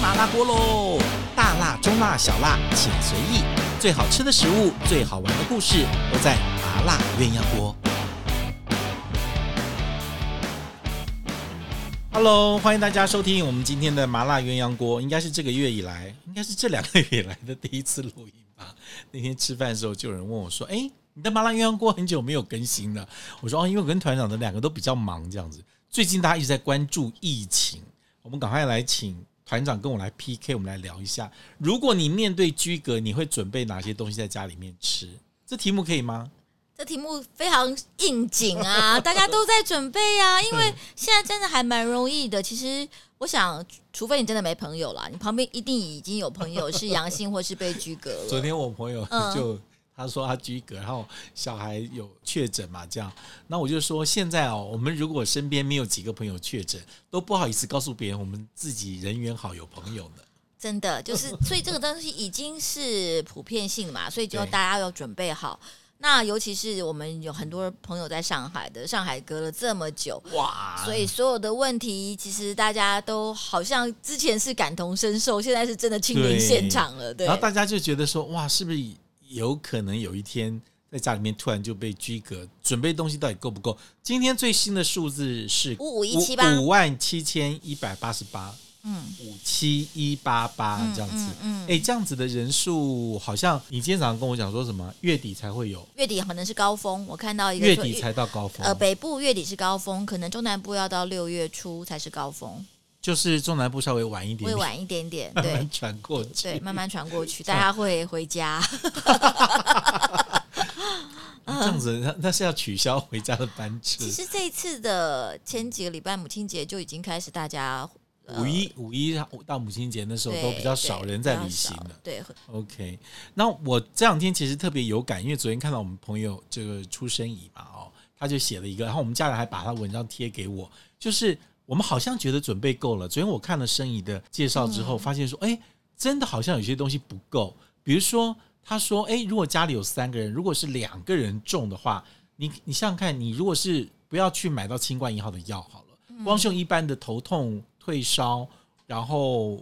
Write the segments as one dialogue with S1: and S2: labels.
S1: 麻辣锅喽！大辣、中辣、小辣，请随意。最好吃的食物，最好玩的故事，都在麻辣鸳鸯锅。Hello，欢迎大家收听我们今天的麻辣鸳鸯锅，应该是这个月以来，应该是这两个月以来的第一次录音吧。那天吃饭的时候，就有人问我说：“哎，你的麻辣鸳鸯锅很久没有更新了。”我说：“哦，因为我跟团长的两个都比较忙，这样子。最近大家一直在关注疫情，我们赶快来请团长跟我来 PK，我们来聊一下，如果你面对居隔，你会准备哪些东西在家里面吃？这题目可以吗？
S2: 这题目非常应景 啊，大家都在准备啊，因为现在真的还蛮容易的。其实我想，除非你真的没朋友啦，你旁边一定已经有朋友是阳性或是被居隔
S1: 昨
S2: 了。
S1: 天我朋友
S2: 嗯
S1: 就、他说他居隔，然后小孩有确诊嘛，这样，那我就说现在哦，我们如果身边没有几个朋友确诊，都不好意思告诉别人我们自己人缘好有朋友呢。
S2: 真的就是，所以这个东西已经是普遍性的嘛，所以就
S1: 对
S2: 大家要准备好。那尤其是我们有很多朋友在上海的，上海隔了这么久，
S1: 哇，
S2: 所以所有的问题，其实大家都好像之前是感同身受，现在是真的亲临
S1: 对
S2: 现场了。对，
S1: 然后大家就觉得说，哇，是不是有可能有一天在家里面突然就被居隔？准备东西到底够不够？今天最新的数字是
S2: 55178
S1: 五万七千一百八十八，
S2: 嗯，
S1: 五七一八八这样子。
S2: 嗯嗯
S1: 哎，这样子的人数好像你今天早上跟我讲说什么月底才会有，
S2: 月底可能是高峰，我看到一个
S1: 月
S2: 说
S1: 底才到哦高峰，
S2: 呃北部月底是高峰，可能中南部要到六月初才是高峰，
S1: 就是中南部稍微晚一点
S2: 会
S1: 点，
S2: 晚一点点，
S1: 慢慢
S2: 对
S1: 传过去。
S2: 对，慢慢传过去，大家会回家。
S1: 这样子那那是要取消回家的班车
S2: 嗯其。实这一次的前几个礼拜母亲节就已经开始大家呃
S1: 五一五一到母亲节那时候都
S2: 对
S1: 比较少
S2: 对
S1: 人在
S2: 比较
S1: 旅行
S2: 少
S1: 了。
S2: 对，
S1: OK，那我这两天其实特别有感，因为昨天看到我们朋友这个出生仪嘛，哦，他就写了一个，然后我们家人还把他文章贴给我，就是我们好像觉得准备够了。昨天我看了生仪的介绍之后，发现说，哎，真的好像有些东西不够，比如说他说，哎，如果家里有三个人，如果是两个人中的话，你你想想看，你如果是不要去买到清冠一号的药好了，光是用一般的头痛、退烧，然后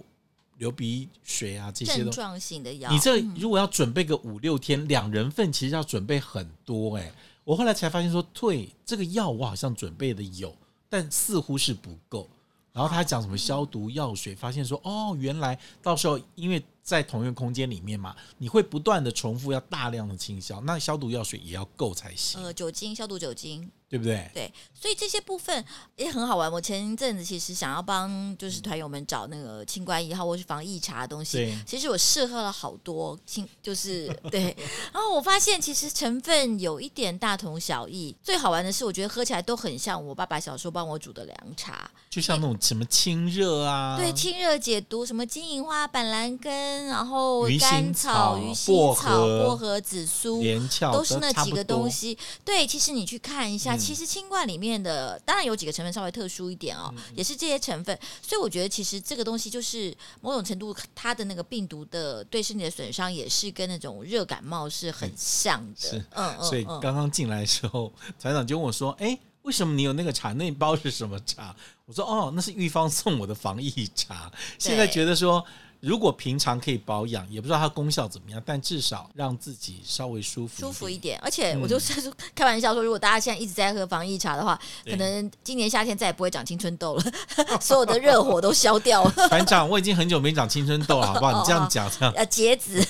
S1: 流鼻水啊这些
S2: 症
S1: 东西。
S2: 状性的药，
S1: 你这如果要准备个五六天，两人份其实要准备很多哎、我后来才发现说，对这个药我好像准备的有，但似乎是不够。然后他还讲什么消毒药水，发现说哦，原来到时候因为在同一个空间里面嘛，你会不断的重复要大量的清消，那消毒药水也要够才行，
S2: 呃酒精消毒酒精，
S1: 对不对？
S2: 对，所以这些部分也很好玩。我前一阵子其实想要帮
S1: 嗯
S2: 就是团友们找那个清冠一号或是防疫茶的东西
S1: 对，
S2: 其实我试喝了好多清，就是 对，然后我发现其实成分有一点大同小异。最好玩的是，我觉得喝起来都很像我爸爸小时候帮我煮的凉茶，
S1: 就像那种什么清热啊，
S2: 对，清热解毒，什么金银花、板蓝根，然后
S1: 鱼腥
S2: 甘
S1: 草
S2: 草、鱼
S1: 薄
S2: 腥草、
S1: 荷
S2: 薄荷、紫苏、
S1: 连翘
S2: 都是那
S1: 差
S2: 几
S1: 不
S2: 个
S1: 多
S2: 东西。对，其实你去看一下，
S1: 嗯
S2: 其实清冠里面的当然有几个成分稍微特殊一点
S1: 嗯
S2: 哦，也是这些成分。所以我觉得其实这个东西就是某种程度它的那个病毒的对身体的损伤也是跟那种热感冒是很像的。
S1: 嗯是
S2: 嗯嗯
S1: 所以
S2: 嗯。
S1: 刚刚进来的时候，团长就问我说：“哎、为什么你有那个茶？那一包是什么茶？”我说：“哦，那是玉芳送我的防疫茶。现在觉得说，如果平常可以保养，也不知道它功效怎么样，但至少让自己稍微舒服
S2: 舒服一
S1: 一点。
S2: 点，而且
S1: 嗯
S2: 我就是说开玩笑说，如果大家现在一直在喝防疫茶的话，
S1: 对
S2: 可能今年夏天再也不会长青春痘了， 所有的热火都消掉了，
S1: 团长，我已经很久没长青春痘了，好不好？你这样讲，这样
S2: 呃，结子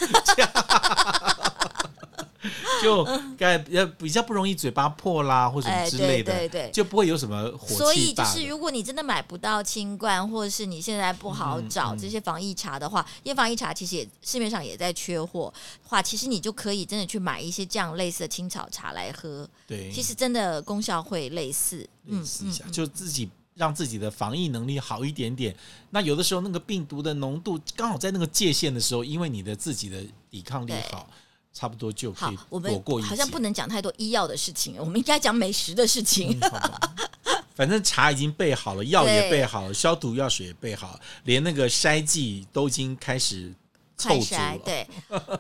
S1: 就该比较比较不容易嘴巴破啦，或什么
S2: 哎
S1: 之类的，
S2: 对对对
S1: 就不会有什么火
S2: 所以
S1: 气
S2: 就
S1: 大
S2: 是，
S1: 的。嗯
S2: 如果你真的买不到清冠，或者是你现在不好找这些防疫茶的话，因为防疫茶其实也市面上也在缺货的话，其实你就可以真的去买一些这样类似的青草茶来喝。
S1: 对，
S2: 其实真的功效会类似，嗯
S1: 认识一下，就自己让自己的防疫能力好一点点。那有的时候那个病毒的浓度刚好在那个界限的时候，因为你的自己的抵抗力
S2: 对
S1: 好，差不多就可
S2: 嗯好
S1: 以，
S2: 我
S1: 躲
S2: 们
S1: 过一劫。
S2: 好像不能讲太多医药的事情，我们应该讲美食的事情。
S1: 嗯好吧 反正茶已经备好了，药也
S2: 对
S1: 备好了，消毒药水也备好了，连那个筛剂都已经开始
S2: 快
S1: 凑足
S2: 筛
S1: 了。
S2: 对，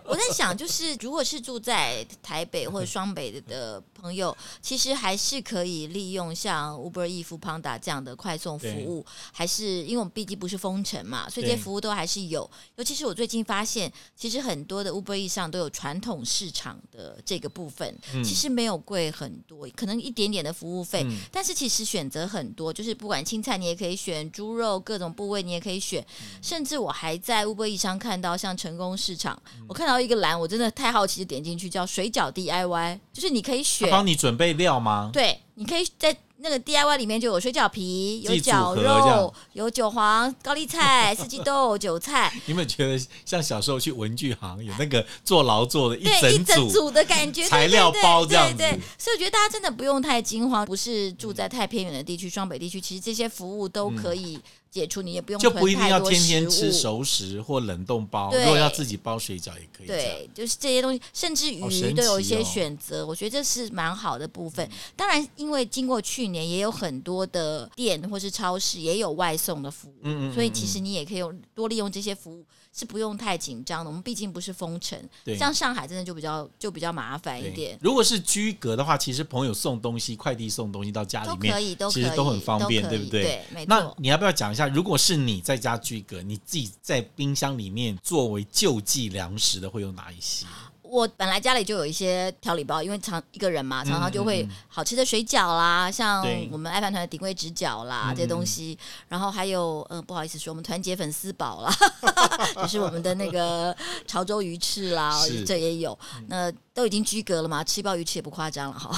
S2: 我在想，就是如果是住在台北或者双北的的朋友，其实还是可以利用像 Uber、e、f Panda 这样的快送服务，还是因为我们毕竟不是封城嘛，所以这些
S1: 对
S2: 服务都还是有。尤其是我最近发现，其实很多的 Uber、e 上都有传统市场的这个部分，
S1: 嗯
S2: 其实没有贵很多，可能一点点的服务费，
S1: 嗯
S2: 但是其实选择很多，就是不管青菜你也可以选，猪肉各种部位你也可以选，甚至我还在 Uber Eats 上看到像成功市场，我看到一个栏，我真的太好奇，就点进去叫水饺 DIY，就是你可以选
S1: 他，帮你准备料吗？
S2: 对，你可以在那个 DIY 里面就有水饺皮、有
S1: 自己组
S2: 绞
S1: 合这样
S2: 肉、有韭黄、高丽菜、四季豆、韭菜，
S1: 你有没有觉得像小时候去文具行有那个做劳作 的一
S2: 对一
S1: 整
S2: 整
S1: 组？
S2: 组的感觉，对
S1: 材料包
S2: 对
S1: 这样
S2: 对
S1: 子
S2: 对对，所以我觉得大家真的不用太惊慌，不是住在太偏远的地区，双北地区，其实这些服务都可以解除，你也不用
S1: 嗯就不一
S2: 囤
S1: 定
S2: 太
S1: 要
S2: 多
S1: 天天吃
S2: 食物。
S1: 熟食或冷冻包，
S2: 对
S1: 如果要自己包水饺也可以这样。
S2: 对，就是这些东西，甚至
S1: 好神
S2: 鱼
S1: 奇
S2: 都有一些
S1: 哦嗯
S2: 选择，我觉得这是蛮好的部分。当然，因为经过去年，也有很多的店或是超市也有外送的服务，
S1: 嗯嗯嗯
S2: 所以其实你也可以用多利用这些服务，是不用太紧张的。我们毕竟不是封城，
S1: 对
S2: 像上海真的就比较就比较麻烦一
S1: 对
S2: 点。
S1: 如果是居隔的话，其实朋友送东西、快递送东西到家
S2: 都
S1: 里
S2: 可
S1: 面，
S2: 以，都可
S1: 其
S2: 以，
S1: 实很方便，
S2: 都可
S1: 对
S2: 以
S1: 不
S2: 对？
S1: 对？
S2: 没
S1: 那
S2: 错。
S1: 你要不要讲一下，如果是你在家居隔，你自己在冰箱里面作为救济粮食的会有哪一些？
S2: 我本来家里就有一些调理包，因为常一个人嘛，常常就
S1: 嗯
S2: 会
S1: 嗯
S2: 好吃的水饺啦，像
S1: 对
S2: 我们爱饭团的鼎味直饺啦
S1: 嗯
S2: 这些东西，然后还有呃不好意思说，我们团结粉丝 煲啦，就是我们的那个潮州鱼翅啦
S1: 是，嗯
S2: 这也有。那都已经居隔了嘛，吃一包鱼翅也不夸张了哈。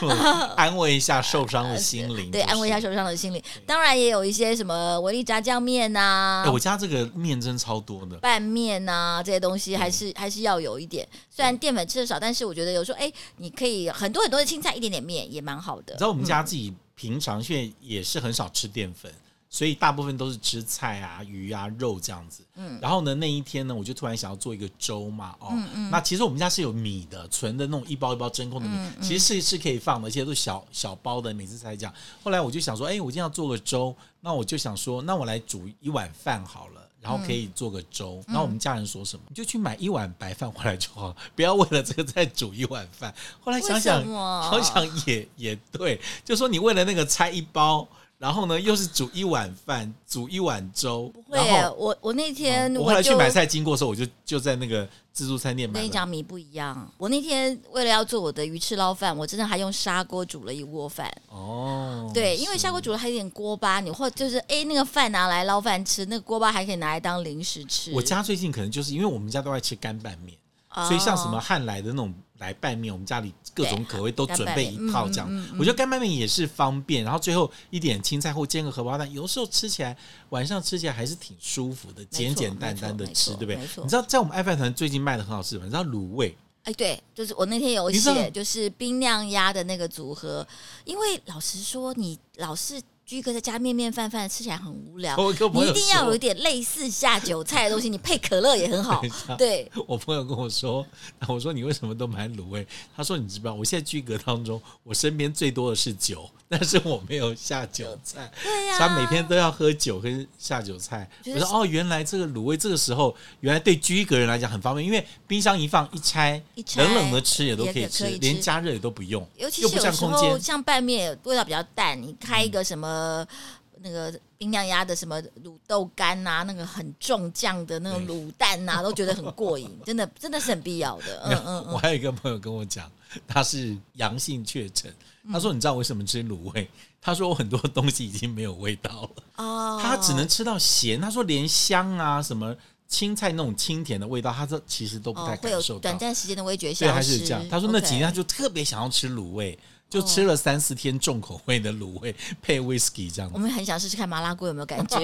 S1: 就安慰一下受伤的 心灵，嗯
S2: 对，
S1: 就是
S2: 安慰一下。受伤的心灵。当然也有一些什么维力炸酱面啊呐、
S1: 哎，我家这个面真超多的，
S2: 拌面呐、这些东西还是还是要有一点，虽然淀粉吃的少，但是我觉得有时候哎，你可以很多很多的青菜，一点点面也蛮好的。
S1: 你知道我们家自己平常现在也是很少吃淀粉，所以大部分都是吃菜啊、鱼啊、肉这样子。嗯，然后呢，那一天呢，我就突然想要做一个粥嘛，哦，
S2: 嗯
S1: 那其实我们家是有米的，存的那种一包一包真空的米，
S2: 嗯
S1: 其实是是可以放的，而且都是小小包的，每次才讲。后来我就想说，哎、我今天要做个粥，那我就想说，那我来煮一碗饭好了。然后可以做个
S2: 嗯
S1: 粥，那、我们家人说什么？你就去买一碗白饭回来就好了，不要为了这个再煮一碗饭。后来想想
S2: 为什，么
S1: 想想 也也对，就说你为了那个拆一包，然后呢又是煮一碗饭，煮一碗粥，
S2: 会
S1: 然
S2: 耶，
S1: 后哦
S2: 我我那天
S1: 我后来去
S2: 就
S1: 买菜经过的时候，我就就在那个自助餐店
S2: 我
S1: 买
S2: 跟你
S1: 了。
S2: 讲米不一样，我那天为了要做我的鱼翅捞饭，我真的还用砂锅煮了一锅饭。
S1: 哦，
S2: 对，因为砂锅煮了还有点锅巴，你或就是哎那个饭拿来捞饭吃，那个锅巴还可以拿来当零食吃。
S1: 我家最近可能就是因为我们家都爱吃干拌面，
S2: 哦
S1: 所以像什么汉来的那种来拌面，我们家里各种口味都准备一套这样。
S2: 干拌面嗯嗯嗯
S1: 我觉得干拌面也是方便，然后最后一点青菜或煎个荷包蛋，有时候吃起来晚上吃起来还是挺舒服的，简简单单的吃，对
S2: 没错
S1: 不对
S2: 没？错
S1: 你知道在我们爱饭团最近卖的很好吃什么？你知道卤味，
S2: 哎，对，就是我那天有
S1: 你知道
S2: 写，就是冰酿鸭的那个组合，因为老实说，你老是居哥在家面面饭饭，吃起来很无聊。
S1: 我跟
S2: 你
S1: 朋
S2: 一
S1: 友
S2: 定要有
S1: 说
S2: 一点类似下酒菜的东西，你配可乐也很好
S1: 等一下。
S2: 对，
S1: 我朋友跟我说， 我说你为什么都买卤味？他说你知不知道，我现在居格当中，我身边最多的是酒，但是我没有下酒菜，
S2: 对呀、
S1: 他每天都要喝酒跟下酒菜。
S2: 就
S1: 我
S2: 是
S1: 说哦，原来这个卤味这个时候原来对居格人来讲很方便，因为冰箱一放一拆，
S2: 一拆
S1: 冷冷的吃也都可以
S2: 也
S1: 吃，
S2: 可以吃
S1: 连加热也都不用，
S2: 尤其
S1: 又
S2: 是
S1: 不
S2: 有
S1: 占
S2: 时
S1: 空
S2: 候
S1: 间。嗯
S2: 像拌面味道比较淡，你开一个什么、那个冰酿鸭的什么卤豆干啊，那个很重酱的那种
S1: 对
S2: 卤蛋啊，都觉得很过瘾，真的真的是很必要的。
S1: 没
S2: 嗯
S1: 有
S2: 嗯
S1: 我
S2: 嗯，
S1: 还有一个朋友跟我讲，他是阳性确诊，他说你知道为什么吃卤味？他说我很多东西已经没有味道了。
S2: 哦，
S1: 他只能吃到咸。他说连香啊什么青菜那种清甜的味道，他说其实都不太
S2: 哦、会有
S1: 感受到。
S2: 短暂时间的味觉消
S1: 对，
S2: 失。
S1: 还是这样。他说那几天他
S2: OK 哦
S1: 就特别想要吃卤味，就吃了三四天重口味的卤味配 whisky 这样
S2: 我
S1: 子。
S2: 们很想试试看麻辣锅有没有 感觉，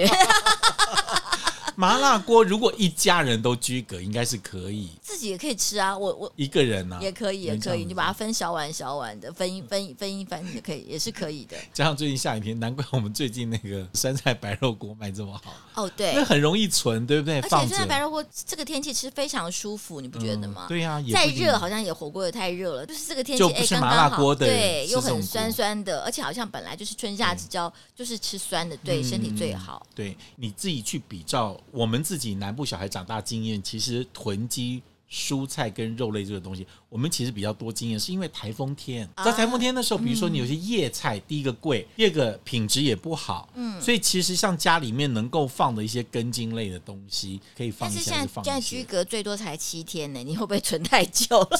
S1: 麻辣锅如果一家人都居隔，应该是可以
S2: 自己也可以吃啊，我我。
S1: 一个人啊，
S2: 也可以，也
S1: 能这
S2: 可
S1: 样
S2: 以，
S1: 子
S2: 你就把它分小碗小碗的，分一分一分一分也可以，也是可以 的。
S1: 加上最近下雨天，难怪我们最近那个酸菜白肉锅卖这么好，
S2: 哦，
S1: 因为
S2: 对，
S1: 很容易存，对不对？
S2: 而且
S1: 放
S2: 酸
S1: 着
S2: 菜白肉锅这个天气吃非常舒服，你不觉得
S1: 嗯
S2: 吗？
S1: 对呀，也
S2: 再
S1: 不一定
S2: 热好像也火锅也太热了，就是这个天气，
S1: 就
S2: 哎，
S1: 不是
S2: 刚
S1: 麻
S2: 刚
S1: 辣
S2: 好，
S1: 锅的
S2: 对，
S1: 吃
S2: 又
S1: 这种
S2: 很
S1: 锅嗯
S2: 酸酸的，而且好像本来就是春夏之交，就是吃酸的，对身体最好。
S1: 对，你自己去比照我们自己南部小孩长大经验，其实囤积蔬菜跟肉类这个东西，我们其实比较多经验，是因为台风天。
S2: 啊
S1: 在台风天的时候，比如说你有些叶菜，第一个贵，第二个品质也不好，嗯，所以其实像家里面能够放的一些根茎类的东西，可以放
S2: 但
S1: 一
S2: 是
S1: 下
S2: 现在
S1: 就放
S2: 现在
S1: 一
S2: 居
S1: 下。
S2: 隔最多才七天呢，你会不会存太久了？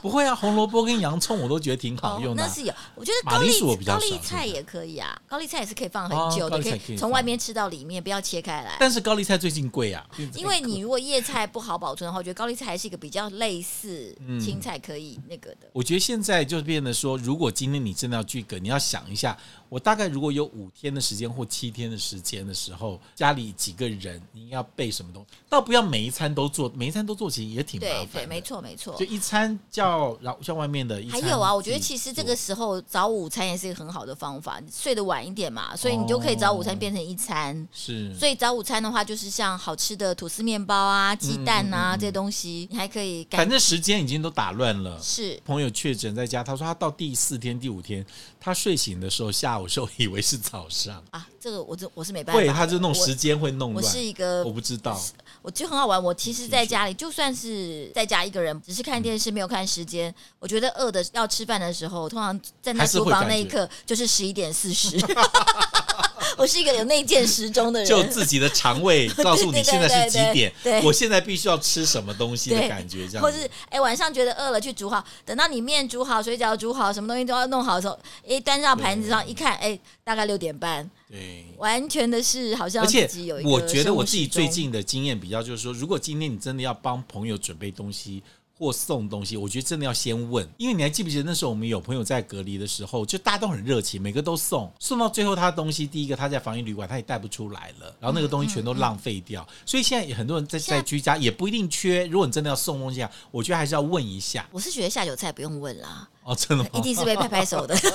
S1: 不会啊，红萝卜跟洋葱我都觉得挺好用的、
S2: 哦那
S1: 啊。
S2: 是有，我觉得
S1: 马
S2: 高
S1: 铃
S2: 丽
S1: 薯我比较
S2: 高
S1: 少
S2: 丽
S1: 现
S2: 菜
S1: 在
S2: 也可以啊，高丽菜也是可以放
S1: 哦
S2: 很久
S1: 高
S2: 的，
S1: 丽菜可
S2: 以
S1: 以放
S2: 从外面吃到里面，不要切 开来。
S1: 但是高丽菜最近 贵啊，
S2: 因为你如果叶菜不好保存的话，我觉得高丽菜还是一个比较类似
S1: 嗯
S2: 青菜可以那个的。
S1: 我觉得现在就变得说，如果今天你真的要聚梗，你要想一下，我大概如果有五天的时间或七天的时间的时候，家里几个人，你要备什么东西？倒不要每一餐都做，每一餐都做其实也挺麻
S2: 对
S1: 烦
S2: 对，没
S1: 错，
S2: 错没错
S1: 就。一餐叫然后叫外面的一
S2: 还
S1: 餐
S2: 有啊，我觉得
S1: 自己
S2: 其实这
S1: 做
S2: 个时候早午餐也是一个很好的方法，睡得晚一点嘛，
S1: 哦
S2: 所以你就可以早午餐变成一餐。
S1: 是
S2: 所以早午餐的话，就是像好吃的吐司面包啊、鸡蛋
S1: 嗯
S2: 啊、
S1: 嗯嗯
S2: 这些东西，你还可以感
S1: 反正时间已经都打乱了。
S2: 是
S1: 朋友确诊在家，他说他到第四天、第五天，他睡醒的时候，下午时候以为是早上，
S2: 啊，这个我这我是没办 法
S1: 会
S2: 的，
S1: 他就弄
S2: 我
S1: 时间会弄
S2: 我
S1: 乱。
S2: 是一个
S1: 我不知道，
S2: 我就很好玩。我其实
S1: 你
S2: 在
S1: 继续
S2: 家里，就算是在家一个人，只是
S1: 嗯
S2: 看电视没有看时间，我觉得饿的要吃饭的时候，通常站在
S1: 还是
S2: 厨
S1: 会
S2: 房
S1: 感
S2: 那一
S1: 觉
S2: 刻就是十一点四十。 我是一个有内建时钟的人，
S1: 就自己的肠 胃告诉你
S2: 对对
S1: 现在是几
S2: 对
S1: 点
S2: 对，
S1: 我现在必须要吃什么东西的
S2: 对
S1: 感觉，这
S2: 或
S1: 样
S2: 是
S1: 子。
S2: 哎、晚上觉得饿了去煮好，等到你面煮好、水饺煮好，什么东西都要弄好的时候，哎、端上盘子上一看，哎、大概六点半，
S1: 对，
S2: 完全的是好像
S1: 而且
S2: 自己有一个
S1: 我觉得我自己
S2: 生物时
S1: 最
S2: 钟
S1: 近的经验比较就是说，如果今天你真的要帮朋友准备东西。或送东西，我觉得真的要先问，因为你还记不记得那时候我们有朋友在隔离的时候，就大家都很热情，每个都送，送到最后他的东西，第一个他在防疫旅馆他也带不出来了，然后那个东西全都浪费掉，所以现在也很多人在
S2: 嗯现在
S1: 在居家也不一定缺，如果你真的要送东西啊，我觉得还是要问一下
S2: 我是觉得下酒菜不用问啦，
S1: 哦，真的吗？
S2: 一定是被拍拍手的。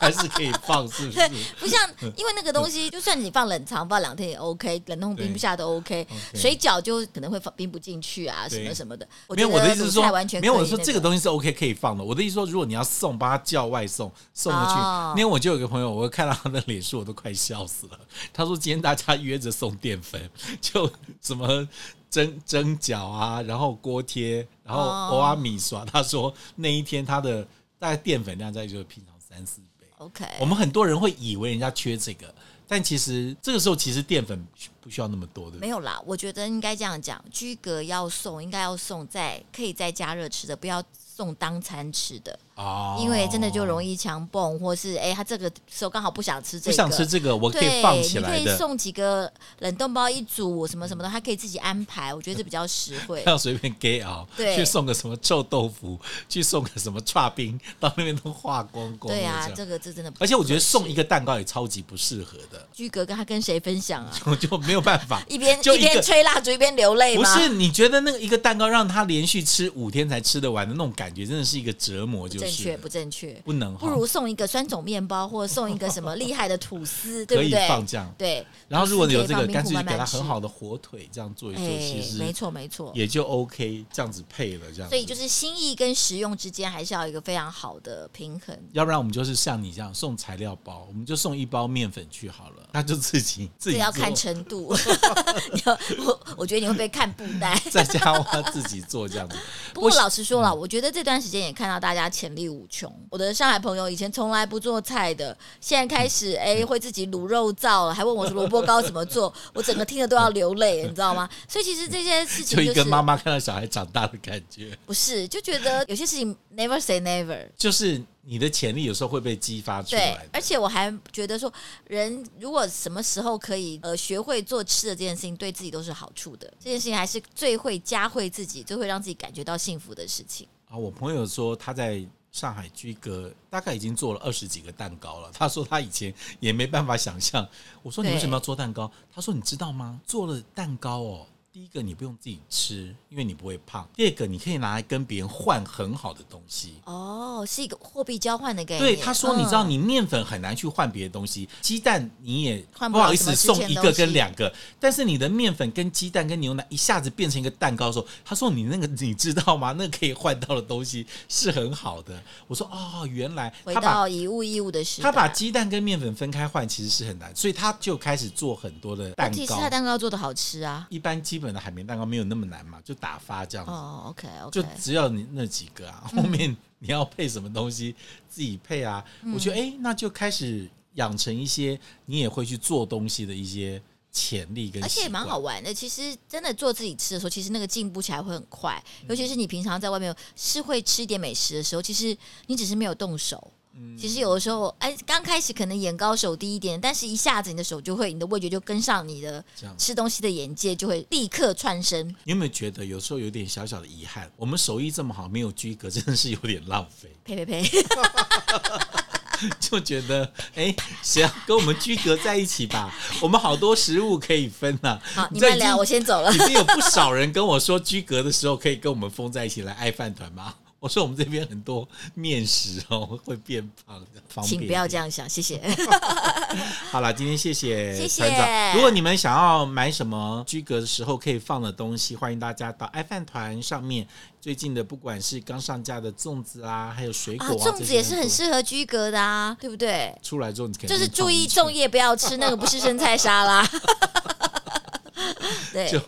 S1: 还是可以放，是不是
S2: 对？，不像
S1: 嗯
S2: 因为那个东西，就算你放冷藏放两天也 OK，冷冻冰不下都 OK。
S1: OK
S2: 水饺就可能会放冰不进去啊，什
S1: 对
S2: 么什么的。
S1: 没有，
S2: 觉
S1: 我
S2: 得
S1: 的意思是
S2: 卤
S1: 说
S2: 菜完，全
S1: 没有，
S2: 可以
S1: 我说
S2: 那
S1: 这个东西是 OK 可以放的。我的意思说，如果你要送，把它叫外送送过去。
S2: 哦
S1: 那天我就有个朋友，我看到他的脸书，我都快笑死了。 他说今天大家约着送淀粉，就什么蒸蒸饺啊，然后锅贴，然后
S2: 哦
S1: 欧阿米刷。他说那一天他的大概淀粉量在就是平常三四倍。
S2: OK。
S1: 我们很多人会以为人家缺这个，但其实这个时候其实淀粉不需要那么多，对不对
S2: 没？有啦，我觉得应该这样讲，居格要送，应该要送在可以在加热吃的，不要送当餐吃的，
S1: 哦
S2: 因为真的就
S1: 易。
S2: 容易强蹦，或是哎、他这个时候刚好不想吃这
S1: 不
S2: 个，
S1: 想吃这个，我可以
S2: 对，
S1: 放起来
S2: 你可以
S1: 的，
S2: 送几个冷冻包一组，什么什么的，他可以自己安排，我觉得这比较实惠
S1: 不。 要随便给啊，
S2: 对
S1: 去送个什么臭豆腐，去送个什么串冰，到那边都化光光了
S2: 对啊，
S1: 这样
S2: 这个这真的不合适，
S1: 而且我觉得送一个蛋糕也超级不适合的，
S2: 居格跟他跟谁分享啊？。
S1: 我就没有办法
S2: 一边
S1: 就
S2: 一
S1: 一个
S2: 边吹蜡烛一边流泪
S1: 不
S2: 吗？
S1: 是你觉得那个一个蛋糕让他连续吃五天才吃得完的那种感觉，真的是一个折磨，
S2: 不
S1: 就
S2: 正
S1: 是
S2: 确
S1: 了
S2: 不正确，
S1: 不能哈
S2: 不如送一个酸种面包，或者送一个什么厉害的吐司，
S1: 可
S2: 对
S1: 以
S2: 不对？
S1: 放这样。
S2: 对，
S1: 然后如果
S2: 吐司
S1: 有
S2: 可以
S1: 这个，
S2: 放冰
S1: 干
S2: 库
S1: 脆就
S2: 慢慢
S1: 给他很
S2: 吃
S1: 好的火腿这样做一做，其
S2: 哎，没
S1: 实
S2: 错没错。
S1: 也就 OK，这样子配了这样子。
S2: 所以就是心意跟实用之间，还是要有一个非常好的平衡。
S1: 要不然我们就是像你这样送材料包，我们就送一包面粉去好了，他就自己 自
S2: 这
S1: 己
S2: 要
S1: 做
S2: 看程度， 你要我我觉得你会被看布袋。
S1: 在家他自己做这样 子。
S2: 不过
S1: 我嗯
S2: 老实说了，我觉得这段时间也看到大家潜力无穷。我的上海朋友以前从来不做菜的，现在开始
S1: 嗯
S2: 哎会自己卤肉燥了，还问我说萝卜糕怎么 做，我整个听着都要流泪，你知道吗？所以其实这些事情
S1: 就一
S2: 就
S1: 个
S2: 是
S1: 妈妈看到小孩长大的感觉，
S2: 不是就觉得有些事情 never say never。
S1: 就是你的潜力有时候会被激发出
S2: 对
S1: 来，的。
S2: 而且我还觉得说，人如果什么时候可以呃学会做吃的这件事情，对自己都是好处的。这件事情还是最会加惠自己，最会让自己感觉到幸福的事情。
S1: 啊，我朋友说他在上海居隔，大概已经做了二十几个蛋糕了。他说他以前也没办法想象。我说你
S2: 对
S1: 为什么要做蛋糕？他说你知道吗？做了蛋糕哦，第一个你不用自己吃，因为你不会胖；第二个你可以拿来跟别人换很好的东西。
S2: 哦，是一个货币交换的概念。
S1: 对，他说，你知道，
S2: 嗯
S1: 你面粉很难去换别的东西，鸡蛋你也
S2: 换不
S1: 不好
S2: 了
S1: 意
S2: 什么
S1: 思
S2: 值
S1: 送
S2: 钱
S1: 一
S2: 东
S1: 个
S2: 西
S1: 跟两个，但是你的面粉跟鸡蛋跟牛奶一下子变成一个蛋糕的时候，他说你那个你知道吗？那个可以换到的东西是很好的。我说哦，原来
S2: 回
S1: 他把
S2: 到以物易物的时代。
S1: 他把鸡蛋跟面粉分开换其实是很难，所以他就开始做很多的蛋
S2: 问题是他
S1: 糕。
S2: 蛋糕做的好吃啊。
S1: 一般基本的海绵蛋糕没有那么难嘛，就打发这样子。
S2: 哦，OK
S1: 嗯就
S2: OK，嗯
S1: 只有你那几个啊，后面你要配什么东西自己配啊。
S2: 嗯
S1: 我觉得哎、诶那就开始养成一些你也会去做东西的一些潜力跟，
S2: 而且也蛮好。玩的。其实真的做自己吃的时候，其实那个进步起来会很快，
S1: 嗯
S2: 尤其是你平常在外面是会吃一点美食的时候，其实你只是没有动手。
S1: 嗯
S2: 其实有的时候，哎，刚开始可能眼高手低一点，但是一下子你的手就会，你的味觉就跟上你的
S1: 这样
S2: 吃东西的眼界，就会立刻 窜升。
S1: 你有没有觉得有时候有点小小的遗憾？我们手艺这么好，没有居格，真的是有点浪费。
S2: 呸呸呸！
S1: 就觉得哎，诶谁、要跟我们居格在一起吧？我们好多食物可以分啊。
S2: 好，你
S1: 这
S2: 们
S1: 已经
S2: 聊，我先走了
S1: 已。经有不少人跟我说，居格的时候可以跟我们封在一起来爱饭团吗？ 我说我们这边很多面食哦，会变胖的，方便。
S2: 请不要这。样想，谢谢。
S1: 好了，今天谢谢
S2: 谢谢
S1: 团长。如果你们想要买什么居格的时候可以放的东西，欢迎大家到爱饭团上面。最近的不管是刚上架的粽子啊，还有水果
S2: 啊，
S1: 啊，
S2: 粽
S1: 这
S2: 子
S1: 些
S2: 也是很
S1: 多
S2: 适合居格的啊，对不对？
S1: 出来之后，你肯定
S2: 就是注意
S1: 胖
S2: 粽叶不要吃，那个不是生菜沙拉。 对，
S1: 就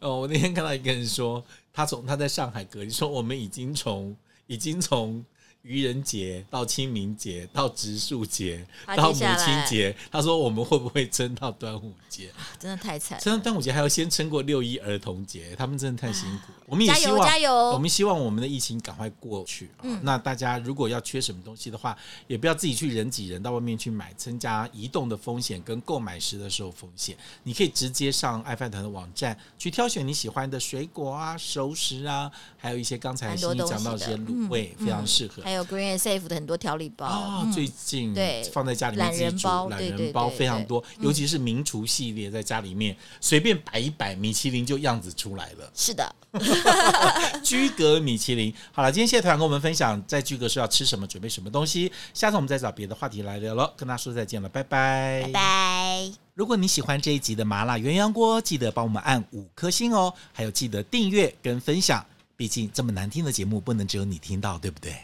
S1: 哦，我那天看到一个人说，他从他在上海隔离，说我们已经从已经从愚人节到清明节到植树节
S2: 好
S1: 到
S2: 接
S1: 母
S2: 下来
S1: 亲节，他说我们会不会撑到端午节？
S2: 真的太惨。
S1: 撑到端午节还要先撑过六一儿童节，他们真的太辛苦了。我们也
S2: 啊加
S1: 希
S2: 油
S1: 望
S2: 加油嗯
S1: 我们希望我们的疫情赶快过去、啊那大家如果要缺什么东西的话，也不要自己去人挤人到外面去买，增加移动的风险跟购买时的时候风险。你可以直接上爱饭团的网站去挑选你喜欢的水果啊、熟食啊，还有一些刚才
S2: 蛮
S1: 欣
S2: 多
S1: 怡
S2: 东西
S1: 讲到的这些
S2: 的
S1: 卤味，
S2: 嗯
S1: 非常适合。
S2: 还有 Green and Safe 的很多调理包，
S1: 啊，最近
S2: 嗯对
S1: 放在家里面
S2: 懒
S1: 自己
S2: 人
S1: 煮
S2: 包
S1: 懒
S2: 对对
S1: 人包
S2: 对
S1: 非常
S2: 对，
S1: 多，尤其是名厨系列，在家里面随便摆一摆，米其林就样子出来了
S2: 是的，
S1: 居格米其林。好了，今天谢谢团跟我们分享在居格是要吃什么，准备什么东西，下次我们再找别的话题来聊了，跟大家说再见了，拜拜
S2: 拜。拜。
S1: 如果你喜欢这一集的麻辣鸳鸯锅，记得帮我们按五颗星哦，还有记得订阅跟分享，毕竟这么难听的节目不能只有你听到，对不对？